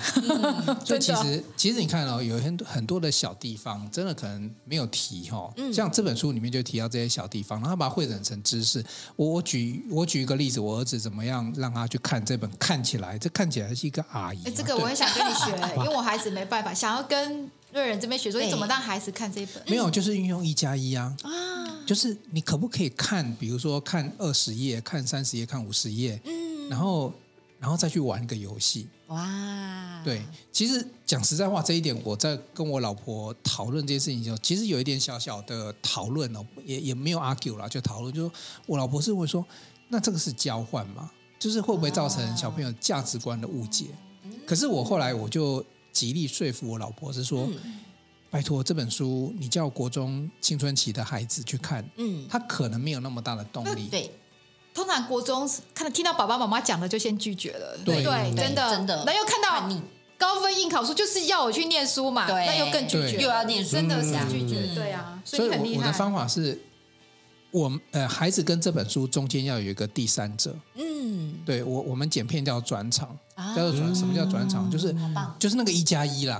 S1: 所以
S3: (laughs) 真
S1: 其
S3: 的
S1: 实其实你看哦，有很多很多的小地方，真的可能没有提哦。
S2: 嗯
S1: 像这本书里面就提到这些小地方，然后他把它汇整成知识。我我举我举一个例子，我儿子怎么样让他去看这本，看起来这看起来是一个阿姨嘛
S3: 哎，，这个
S1: 对
S3: 我也想跟你学，因为我孩子没办法，想要跟瑞仁这边学说，你怎么让孩子看这一本？
S1: 没有，就是运用一加一啊。就是你可不可以看，比如说看二十页、看三十页、看五十页，嗯，然后然后再去玩个游戏。
S3: 嗯
S2: 哇，
S1: 对，其实讲实在话，这一点我在跟我老婆讨论这件事情的时候，其实有一点小小的讨论哦，也也没有 argue 啦，就讨论，就说我老婆是会说，那这个是交换吗？就是会不会造成小朋友价值观的误解？
S3: 哦
S1: 可是我后来我就极力说服我老婆，是说，
S3: 嗯
S1: 拜托这本书你叫国中青春期的孩子去看，
S2: 嗯，
S1: 他可能没有那么大的动力，
S2: 对，
S3: 通常国中看听到爸爸妈妈讲的就先拒绝了，
S1: 对
S3: 对，
S1: 对
S3: 真的
S2: 真的
S3: 那又看到
S2: 叛逆
S3: 高分应考书就是要我去念书嘛，
S2: 对
S3: 那又更拒绝，
S1: 对
S2: 又要念书，
S3: 真的是拒绝，
S2: 嗯
S3: 对啊，所
S1: 所
S3: 以
S1: 以
S3: 你很厉
S1: 我我
S3: 害
S1: 的。方法是，我们呃孩子跟这本书中间要有一个第三者，
S2: 嗯，
S1: 对我我们剪片叫转场，
S2: 啊
S1: 叫做转，什么叫转场？就是
S2: 棒
S1: 就是那个一加一啦，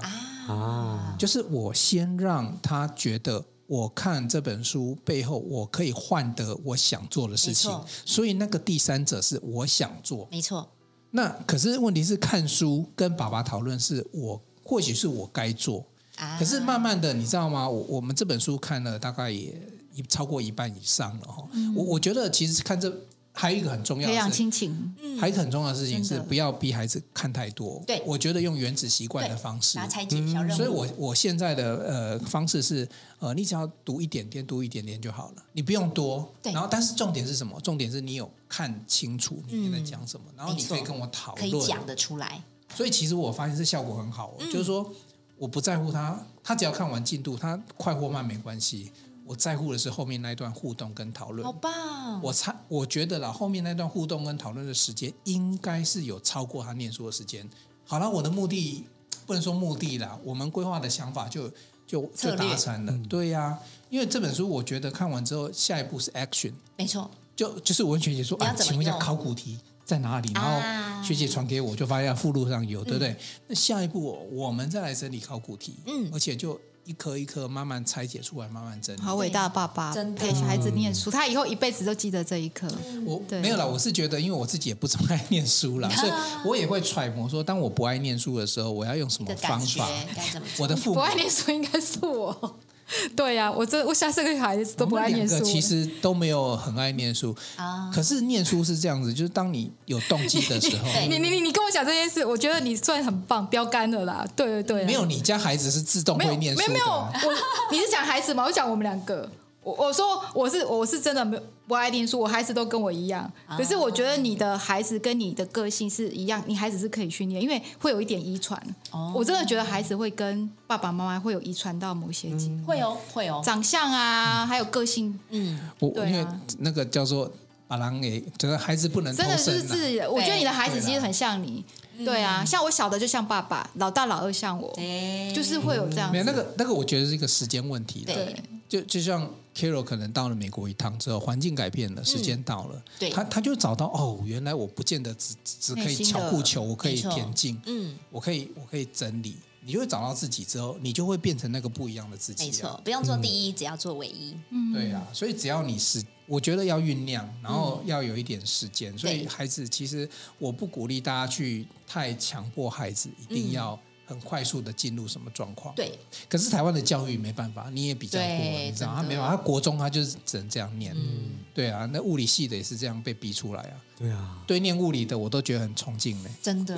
S4: 啊，
S1: 就是我先让他觉得。我看这本书背后，我可以换得我想做的事情
S2: 没错，
S1: 所以那个第三者是我想做。
S2: 没错，
S1: 那可是问题是，看书跟爸爸讨论是我或许是我该做，
S2: 啊
S1: 可是慢慢的，你知道吗？我我们这本书看了大概也一超过一半以上了哈、
S2: 嗯
S1: 我我觉得其实看这还有一个很重要
S3: 培养
S1: 的是，
S3: 亲情，
S1: 还有一个很重要的事情
S3: 真
S1: 是
S3: 的
S1: 不要逼孩子看太多。
S2: 嗯对
S1: 我觉得用原子习惯
S2: 对
S1: 的方式
S2: 把。它拆解小任务，
S1: 所以我，我现在的呃方式是，呃，你只要读一点点，读一点点就好了，你不用多。
S2: 对
S1: 然后，但是重点是什么？重点是你有看清楚里面在讲什么，然后
S2: 嗯没
S1: 你可以
S2: 错
S1: 跟我讨
S2: 可以
S1: 论。
S2: 讲嗯得出来，
S1: 所以其实我发现这效果很好、哦就是说我不在乎他，他只要看完进度，他快或慢没关系，我在乎的是后面那一段互动跟讨论
S2: 好。棒，
S1: 我猜，我觉得啦，后面那段互动跟讨论的时间应该是有超过他念书的时间。好了，我的目的不能说目的啦，我们规划的想法就就
S2: 策
S1: 就
S2: 略
S1: 达成了。对呀、因为这本书我觉得看完之后，下一步是 action，
S2: 没错，
S1: 就就是文学姐说
S2: 你要
S1: 啊，
S2: 怎么
S1: 请问一下
S2: 用
S1: 考古题在哪里，然
S2: 啊
S1: 后学姐传给我，就发现附录上有，对不对？那下一步我我们再来整理考古题，
S2: 嗯
S1: 而且就一颗一颗慢慢拆解出来，慢慢整理。
S3: 好伟大的嗯爸爸，
S2: 真的
S3: 陪小孩子念书，他以后一辈子都记得这一刻。
S1: 我
S3: 对
S1: 没有啦，我是觉得，因为我自己也不怎么爱念书啦，所以我也会揣摩说，当我不爱念书的时候，我要用什
S2: 你
S1: 么
S2: 的
S1: 方
S2: 感觉
S1: 法？
S2: 该怎么做？ (laughs)
S1: 我的父
S3: (laughs) 不
S1: 母
S3: 爱念书应该是我。 (laughs) 对呀、我这我下这个小孩子都不
S1: 我
S3: 爱
S1: 们
S3: 念
S1: 两个
S3: 书。
S1: 其实都没有很爱念书
S2: 啊
S1: 可是念书是这样子，就是当你有动机的时候，
S2: 对
S3: 你你你你跟我讲这件事，我觉得你算很棒，标杆了啦。对对对啊，
S1: 没有你家孩子是自动
S3: 没有
S1: 会念书
S3: 没
S1: 的
S3: 有
S1: 啊，
S3: 没有，我 (laughs) 你是讲孩子吗？我讲我们两个。我我说我是我是真的没有不爱念书，我孩子都跟我一样。可是我觉得你的孩子跟你的个性是一样，你孩子是可以训练，因为会有一点遗传。
S2: 哦
S3: 我真的觉得孩子会跟爸爸妈妈会有遗传到某些疾病
S2: 会哦，会
S3: (laughs)
S2: 哦，
S3: 长相啊，还有个性，
S2: 嗯，
S1: 我
S3: 对啊
S1: 因为那个叫做把狼给，就是孩子不能偷
S3: 真的就是
S1: 生啊
S3: 自己的。我觉得你的孩子其实很像你，对啊，像我小的就像爸爸，老大老二像我，
S2: 哎
S3: 就是会有这样
S1: 没有那
S3: 子。
S1: 个那个，我觉得是一个时间问题啦。
S2: 对
S1: 就就像 Carol 可能到了美国一趟之后，环境改变了，时间到了，
S2: 嗯对
S1: 他他就找到哦，原来我不见得只只只可
S3: 内
S1: 以
S3: 心的
S1: 巧固球，我可以
S2: 没错
S1: 田径，
S2: 嗯，
S1: 我可以我可以整理，你就会找到自己之后，你就会变成那个不一样的自己、啊。
S2: 没错，嗯不用做第一，只要做唯一。
S1: 对啊，所以只要你是，我觉得要酝酿，然后要有一点时间。
S2: 嗯
S1: 所以孩子，其实我不鼓励大家去太强迫孩子一
S2: 嗯
S1: 定要很快速的进入什么状况。，
S2: 对，
S1: 可是台湾的教育没办法，你也比较过，
S2: 对
S1: 你知道
S2: 真的
S1: 他没办法，他国中他就是只能这样念。嗯，对啊，那物理系的也是这样被逼出来啊。
S4: 对啊，
S1: 对，念物理的我都觉得很崇敬嘞。
S2: 真的，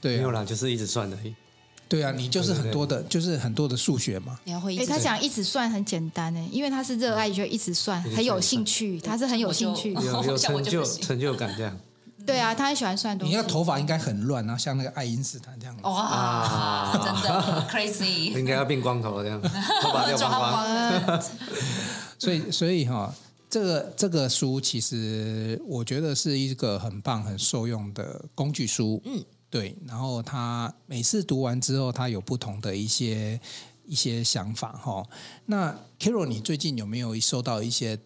S1: 对
S4: 没有
S1: 啊，
S4: 啦，就是一直
S2: (laughs)
S4: 算而已。
S1: 对啊，你就是很多的，就是很多的数学嘛。
S2: 你要会一
S3: 哎，
S2: 直
S3: 他想一直算很简单哎，因为他是热爱，就一直算，
S1: 嗯
S3: 很有兴趣，他是很有兴趣
S2: 我。
S4: 有有
S2: 像我就
S4: 成就
S2: 不行
S4: 成就感这样
S3: 对啊，他很喜欢算东
S1: 你
S3: 西
S1: 要。头发应该很乱啊，像那个爱因斯坦这样。啊
S2: 哇，真
S1: (laughs)
S2: 的 crazy，
S4: 应该要变光头了
S2: (laughs)
S4: 这样，头发掉
S2: 抓
S4: 光光。
S3: 呃
S2: 光，
S1: 所
S2: 嗯
S1: 以，所以哈、这个这个书其实我觉得是一个很棒、很受用的工具书。嗯，对。然后他每次读完之后，他有不同的一些一些想法哈、那 Carol，你最近有没有收到一些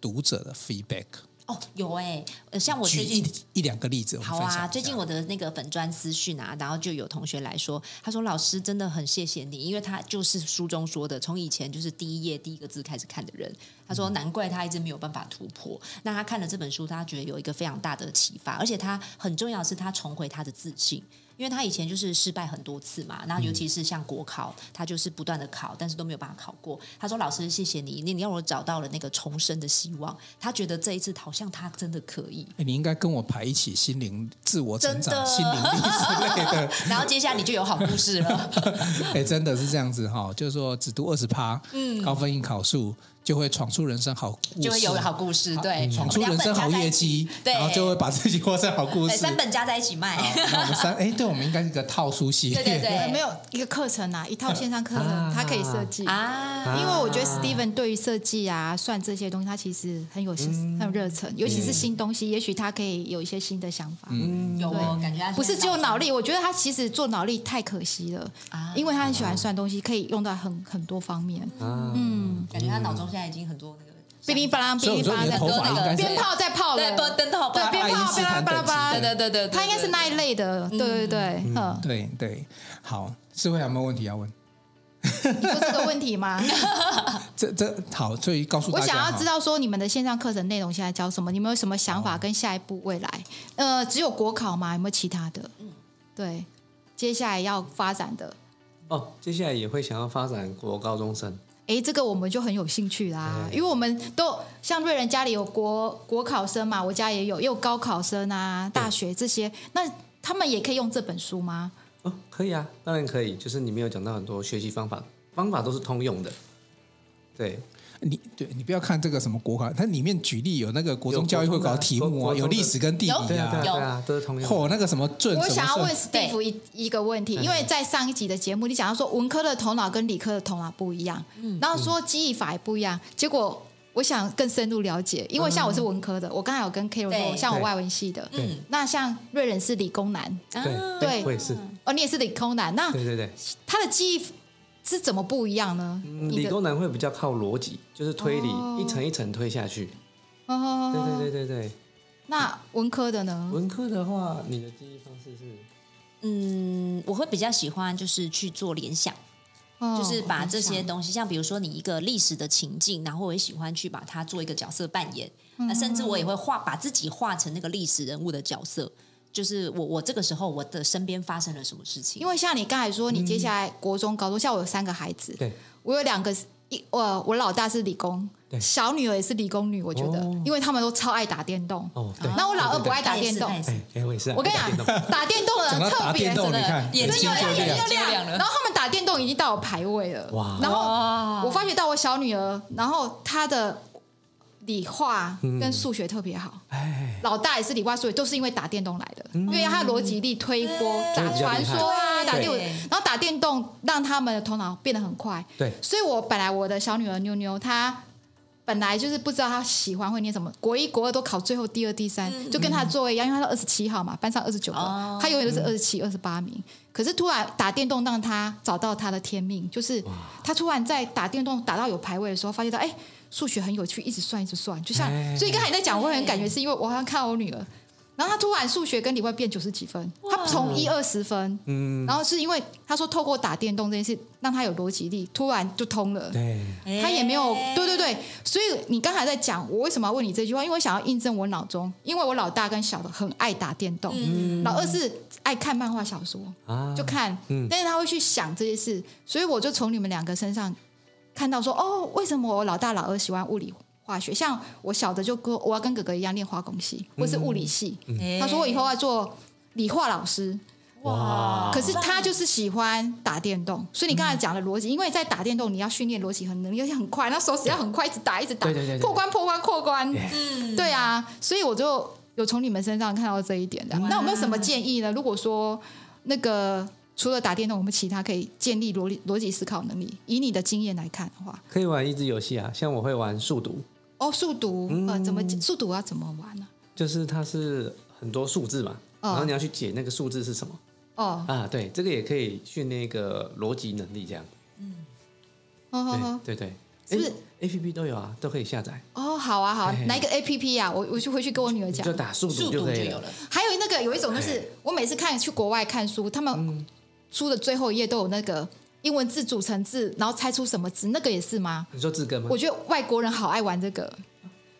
S1: 读者的 feedback？
S2: 哦，有哎、呃像我
S1: 举
S2: 最近
S1: 一一两个例子，我们
S2: 好
S1: 分享一
S2: 啊，
S1: 下
S2: 最近我的那个粉砖私讯啊，然后就有同学来说，他说老师真的很谢谢你，因为他就是书中说的，从以前就是第一页第一个字开始看的人，他
S1: 嗯
S2: 说难怪他一直没有办法突破。那他看了这本书，他觉得有一个非常大的启发，而且他很重要的是他重回他的自信。因为他以前就是失败很多次嘛，那
S1: 嗯
S2: 尤其是像国考，他就是不断的考，但是都没有办法考过。他说：“老师，谢谢你，你你让我找到了那个重生的希望。”他觉得这一次好像他真的可以，
S1: 哎你应该跟我排一起心灵自我成
S2: 真
S1: 长、
S2: 的
S1: 心灵励志类的。
S2: 然后接下来你就有好故事了。
S1: (laughs) 哎、真的是这样子哈、就是说只读二十趴，高分应考数就会闯出人生好故事，
S2: 嗯
S1: 嗯
S2: 就会有好故事，对，
S1: 闯出人生好业绩，
S2: 对
S1: 然后就会把自己活成好故
S2: 对，
S1: 事。
S2: 三本加在一起卖，
S1: 那我们三哎，对，我们应该是个套书系列。
S2: 对对对
S3: 呃没有一个课程啊，一套线上课程，
S4: 啊
S3: 他可以设
S1: 嗯
S3: 计。
S2: 啊，
S3: 因为我觉得 Steven 对于设计啊、算这些东西，他其实很有心、
S1: 嗯
S3: 很有热忱，尤其是新东西，也许他可以有一些新的想法。
S1: 嗯
S2: 有哦，
S3: 对
S2: 感觉他
S3: 不是只有
S2: 现在
S3: 脑力，我觉得他其实做脑力太可惜了，
S2: 啊
S3: 因为他很喜欢算东西，可以用到很很多方面。
S1: 啊
S3: 嗯，
S2: 脑，感觉他脑中现在已经很多那个
S3: 哔哩吧啦，
S1: 所
S3: 哔
S1: 以
S3: 哩
S1: 我说
S3: 吧
S1: 你
S3: 啦
S1: 的头
S3: 在，
S1: 发应该
S2: 对
S1: 是
S3: 鞭炮在炮了，
S2: 对，
S3: 对，
S2: 灯灯泡，
S3: 鞭
S1: 爱因
S3: 炮，
S1: 斯
S3: 哔啦
S1: 坦
S3: 吧啦吧
S2: 对
S1: 等级
S3: 啦，
S2: 对对对，
S3: 他应该是那一类的，对对对，嗯，
S1: 对对，好，师慧有没有问题要问？
S3: 你说这个问
S2: (laughs)
S3: 题吗？
S1: 这这好，所以告诉
S3: 我
S1: 大家
S3: 想
S1: 哈，
S3: 要知道说你们的线上课程内容现在教什么？你们有什么想
S2: 哦
S3: 法跟下一步未来？呃，只有国考吗？有没有其他的？嗯，对，接下来要发展的，
S4: 哦，接下来也会想要发展国高中生，
S3: 诶，这个我们就很有兴趣啦，因为我们都像瑞仁家里有国国考生嘛，我家也有，也有高考生啊，大学这些，那他们也可以用这本书吗？
S4: 哦，可以啊，当然可以。就是你没有讲到很多学习方法，方法都是通用的。对，
S1: 你对你不要看这个什么国考，它里面举例有那个国中
S4: 有
S1: 教育会
S4: 国中
S1: 考
S4: 的
S1: 题目
S4: 国
S1: 啊，
S4: 国
S1: 有
S4: 中的
S1: 历史跟地理
S2: 有
S4: 对啊，对
S1: 啊。
S4: 啊，对啊，都是通用
S1: 嚯，
S4: 的。
S1: 那个什么准，
S3: 我
S1: 什么
S3: 想要
S1: 顺
S3: 问 Steve 一一个问题，因
S4: 嗯
S3: 为在上一集的节目，你讲到说文科的头脑跟理科的头脑不一样，
S4: 嗯
S3: 然后说记忆法也不一样，结果我想更深入了解，因为像我是文科的，我刚才有跟 K 罗说，
S2: 对
S3: 像我外文系的，
S4: 嗯对
S3: 那像瑞仁是理工男，
S4: 对
S2: 啊，
S3: 对
S4: 我也是。
S3: 哦，你也是理工男，那
S4: 对对对，
S3: 他的记忆是怎么不一样呢？
S4: 嗯
S3: 你
S4: 理
S3: 的
S4: 工男会比较靠逻辑，就是推理
S3: 哦，
S4: 一层一层推下去。
S3: 哦，
S4: 对对对对对，
S3: 那文科的呢？
S4: 文科的话，你的记忆方式是
S2: 嗯，我会比较喜欢就是去做联想，
S3: 哦
S2: 就是把这些
S3: 我
S2: 东西，像比如说你一个历史的情境，然后我也喜欢去把它做一个角色扮演，那甚至我也会画把自己画成那个历史人物的角色，就是我我这个时候我的身边发生了什么事情，
S3: 因为像你刚才说，你接下来国中、高中，像我有三个孩子，
S4: 对
S3: 我有两个是一，我我老大是理工，
S4: 对
S3: 小女儿也是理工女，我觉得，
S4: 哦
S3: 因为他们都超爱打电动。
S4: 哦，对。
S3: 那我老二不爱打电动，
S2: 太是太是
S4: 哎哎，我也是啊。
S3: 我跟你讲，打电动
S1: 讲到
S3: 的特
S1: 打
S3: 别
S1: 电动，
S2: 真
S1: 你
S2: 的
S1: 看
S2: 眼睛
S1: 睛
S2: 就
S1: 就
S2: 亮
S1: 亮
S3: 就。
S2: 亮了
S3: 然后他们打电动已经到我排位了，
S4: 哇
S3: 然
S2: 哇
S3: 后我发觉到我小女儿，然后她的理化跟数学特别好，
S4: 哎，嗯
S3: 老大也是理化数学，都是因为打电动来的，因为他的逻辑力推波、
S4: 就
S3: 打
S4: 嗯比较
S3: 传
S4: 厉害
S3: 说啊，
S2: 对
S3: 打电
S2: 对，
S3: 然后打电动让他们的头脑变得很快。
S4: 对
S3: 所以我本来我的小女儿妞妞，她本来就是不知道她喜欢会念什么，国一国二都考最后第二第三，就跟她的座位一样，因为她是二十七号嘛，班上二十九个，
S2: 哦
S3: 她永远都是二十七、二十八名。可是突然打电动让她找到她的天命，就是她突然在打电动打到有排位的时候，发现到哎。数学很有趣，一直算一直算，就像
S4: 哎
S3: 所以刚才你在讲，我很感觉是因为我好像看我女儿，然后她突然数学跟理化变九十几分，她从一二十分，
S4: 嗯，
S3: 然后是因为她说透过打电动这件事让她有逻辑力，突然就通了。
S4: 对，
S3: 她也没有，对对对，所以你刚才在讲我为什么要问你这句话，因为我想要印证我脑中，因为我老大跟小的很爱打电动，老二是爱看漫画小说，
S4: 啊，
S3: 就看，
S4: 嗯
S3: 但是他会去想这些事，所以我就从你们两个身上看到说，哦，为什么我老大老二喜欢物理化学？像我小的就跟我要跟哥哥一样念化工系或是物理系，他说我以后要做理化老师，
S4: 哇，
S3: 可是他就是喜欢打电动，所以你刚才讲的逻辑，因为在打电动你要训练逻辑很能力，而且很快，那手指要很快，一直打，一直打，
S4: 对对对对
S3: 破关破关破关，嗯，对啊，所以我就有从你们身上看到这一点的。那有没有什么建议呢？如果说那个除了打电动，我们其他可以建立逻辑逻辑思考能力，以你的经验来看的话，
S4: 可以玩益智游戏啊，像我会玩数独，
S3: 哦，数独，
S4: 嗯
S3: 呃，怎么数独要怎么玩呢、
S4: 就是它是很多数字嘛，
S3: 哦
S4: 然后你要去解那个数字是什么
S3: 哦，
S4: 啊？对，这个也可以训练一个逻辑能力，这样。
S3: 呵呵呵，
S4: 对对
S3: 嗯是
S4: 对，
S3: 不是
S4: A P P 都有啊，都可以下载，
S3: 哦，好啊，好啊
S4: 嘿嘿
S3: 哪一个 A P P 啊？我我就回去跟我女儿
S4: 你
S3: 讲
S4: 就，打数
S2: 速
S4: 独
S2: 度
S4: 可
S2: 就
S4: 以
S2: 有了。。
S3: 还有那个有一种就是
S4: 哎，
S3: 我每次看去国外看书，他
S4: 嗯
S3: 们书的最后一页都有那个英文字组成字，然后猜出什么字，那个也是吗？
S4: 你说字根吗？
S3: 我觉得外国人好爱玩这个，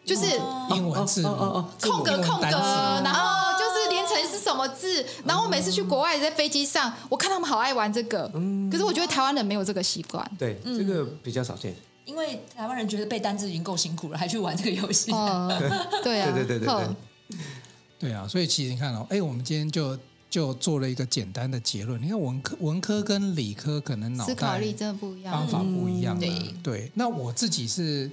S3: 就是
S1: 英文字母
S4: 哦哦哦
S3: 空格
S1: 英文
S3: 空格，
S1: 单字
S3: 然后就是连成是什么字。然后我每次去国外在飞机上，我看他们好爱玩这个，
S4: 嗯
S3: 可是我觉得台湾人没有这个习
S4: (laughs)
S3: 惯。
S4: 对，这个比较少见。
S2: 因为台湾人觉得背单字已经够辛苦了，还去玩这个游戏。
S3: 哦，对啊，
S4: 对对对对
S3: 哼
S1: 对啊，所以其实你看哦，哎，我们今天就就做了一个简单的结论。你看文科文科跟理科可能脑
S3: 思考
S1: 袋
S3: 力真的不一样
S1: 方。法不一样了。啊
S2: 嗯
S1: 对，那我自己是。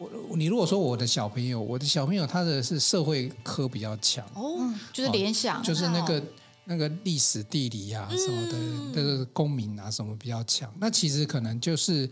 S1: 我你如果说我的小朋友，我的小朋友他的是社会科比较强，
S2: 哦，
S3: 嗯，就是联想，
S1: 就是那个
S3: 哦
S1: 那个历史地理啊
S3: 嗯
S1: 什么的，那个公民啊什么比较强。那其实可能就是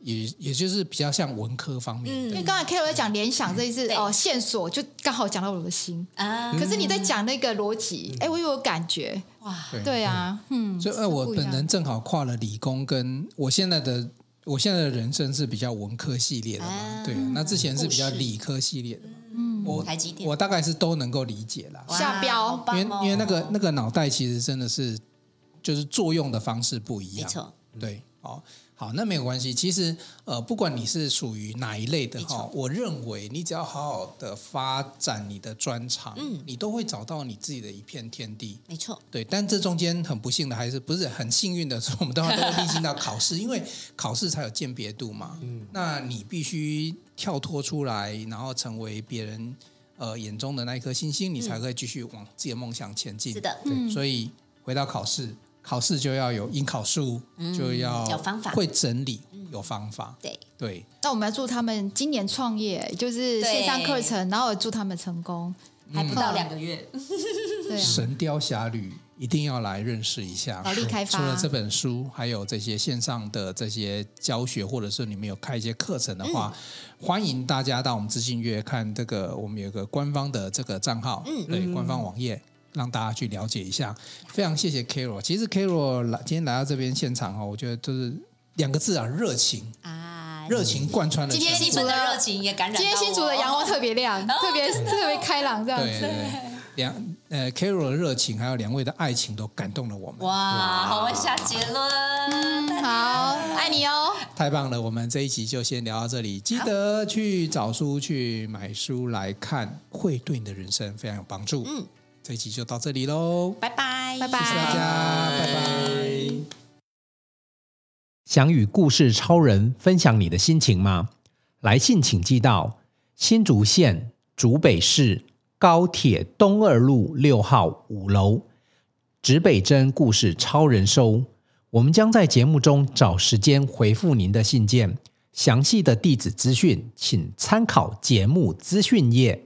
S1: 也也就是比较像文科方面
S3: 因
S1: 的，
S3: 为刚才 K 在讲联想这一次
S4: 嗯
S2: 对
S3: 哦线索，就刚好讲到我的心。
S1: 嗯
S2: 啊，
S3: 哦可是你在讲那个逻辑，哎，我有感觉，
S2: 哇，
S3: 对啊，嗯，
S1: 所以呃，
S3: 是
S1: 我
S3: 不一
S1: 本
S3: 样
S1: 人正好跨了理工，跟我现在的我现在的人生是比较文科系列的嘛
S2: 啊，
S1: 对啊，那之前是比较
S2: 故事
S1: 理科系列的嘛，嗯，我
S2: 台积电
S1: 我大概是都能够理解啦，
S2: 哇
S3: 下标
S2: 好棒
S1: 因为
S2: 哦
S1: 因为那个那个脑袋其实真的是就是作用的方式不一
S2: 没
S1: 样，
S2: 错，
S1: 对，哦，好，那没有关系。其实，呃，不管你是属于哪一类的
S2: 没错
S1: 哈，我认为你只要好好的发展你的专长，
S2: 嗯
S1: 你都会找到你自己的一片天地。
S2: 没错，
S1: 对，但这中间很不幸的，还是不是很幸运的是，我们当然都会历经到考试，因为考试才有鉴别度嘛。嗯，那你必须跳脱出来，然后成为别人呃眼中的那一颗星星，你才可以继续往自己的梦想前进。
S2: 嗯是的，嗯
S1: 所以回到考试，考试就要有应考术，就要
S2: 嗯有方法嗯
S1: 会整理，有方法。
S2: 对，
S1: 对，
S3: 那我们要祝他们今年创业，就是线上课程，然后也祝他们成功。
S1: 嗯
S2: 还不到两个月，
S3: 对啊，
S1: 神雕侠侣》一定要来认识一下。
S3: 劳力开发
S1: 除了这本书，还有这些线上的这些教学，或者是你们有开一些课程的话，
S3: 嗯
S1: 欢迎大家到我们资讯月看这个，我们有个官方的这个账号，嗯，对，官方网页。让大家去了解一下，非常谢谢 Carol。其实 Carol 来今天来到这边现场哦，我觉得就是两个字啊，热情。
S2: 啊，来。
S1: 热情贯穿了
S3: 哎今天
S1: 全
S2: 你
S1: 部
S2: 们的热情也感染到
S3: 今
S2: 我。
S3: 天新竹的阳光特别亮，
S1: 哦
S3: 特别特别开朗，这样
S1: 对对
S3: 子。
S1: 对，两呃 Carol 的热情还有两位的爱情都感动了我们，
S2: 哇，好会下结论。
S3: 嗯，好，爱你哦，
S1: 太棒了！我们这一集就先聊到这里，记得去找书去买书来看，会对你的人生非常有帮助。嗯，这一集就到这里喽，
S2: 拜拜，
S3: 拜拜
S1: 谢谢大家，拜拜
S5: 想与故事超人分享你的心情吗？来信请寄到新竹县竹北市高铁东二路六号五楼，指北针故事超人收。我们将在节目中找时间回复您的信件，详细的地址资讯请参考节目资讯页。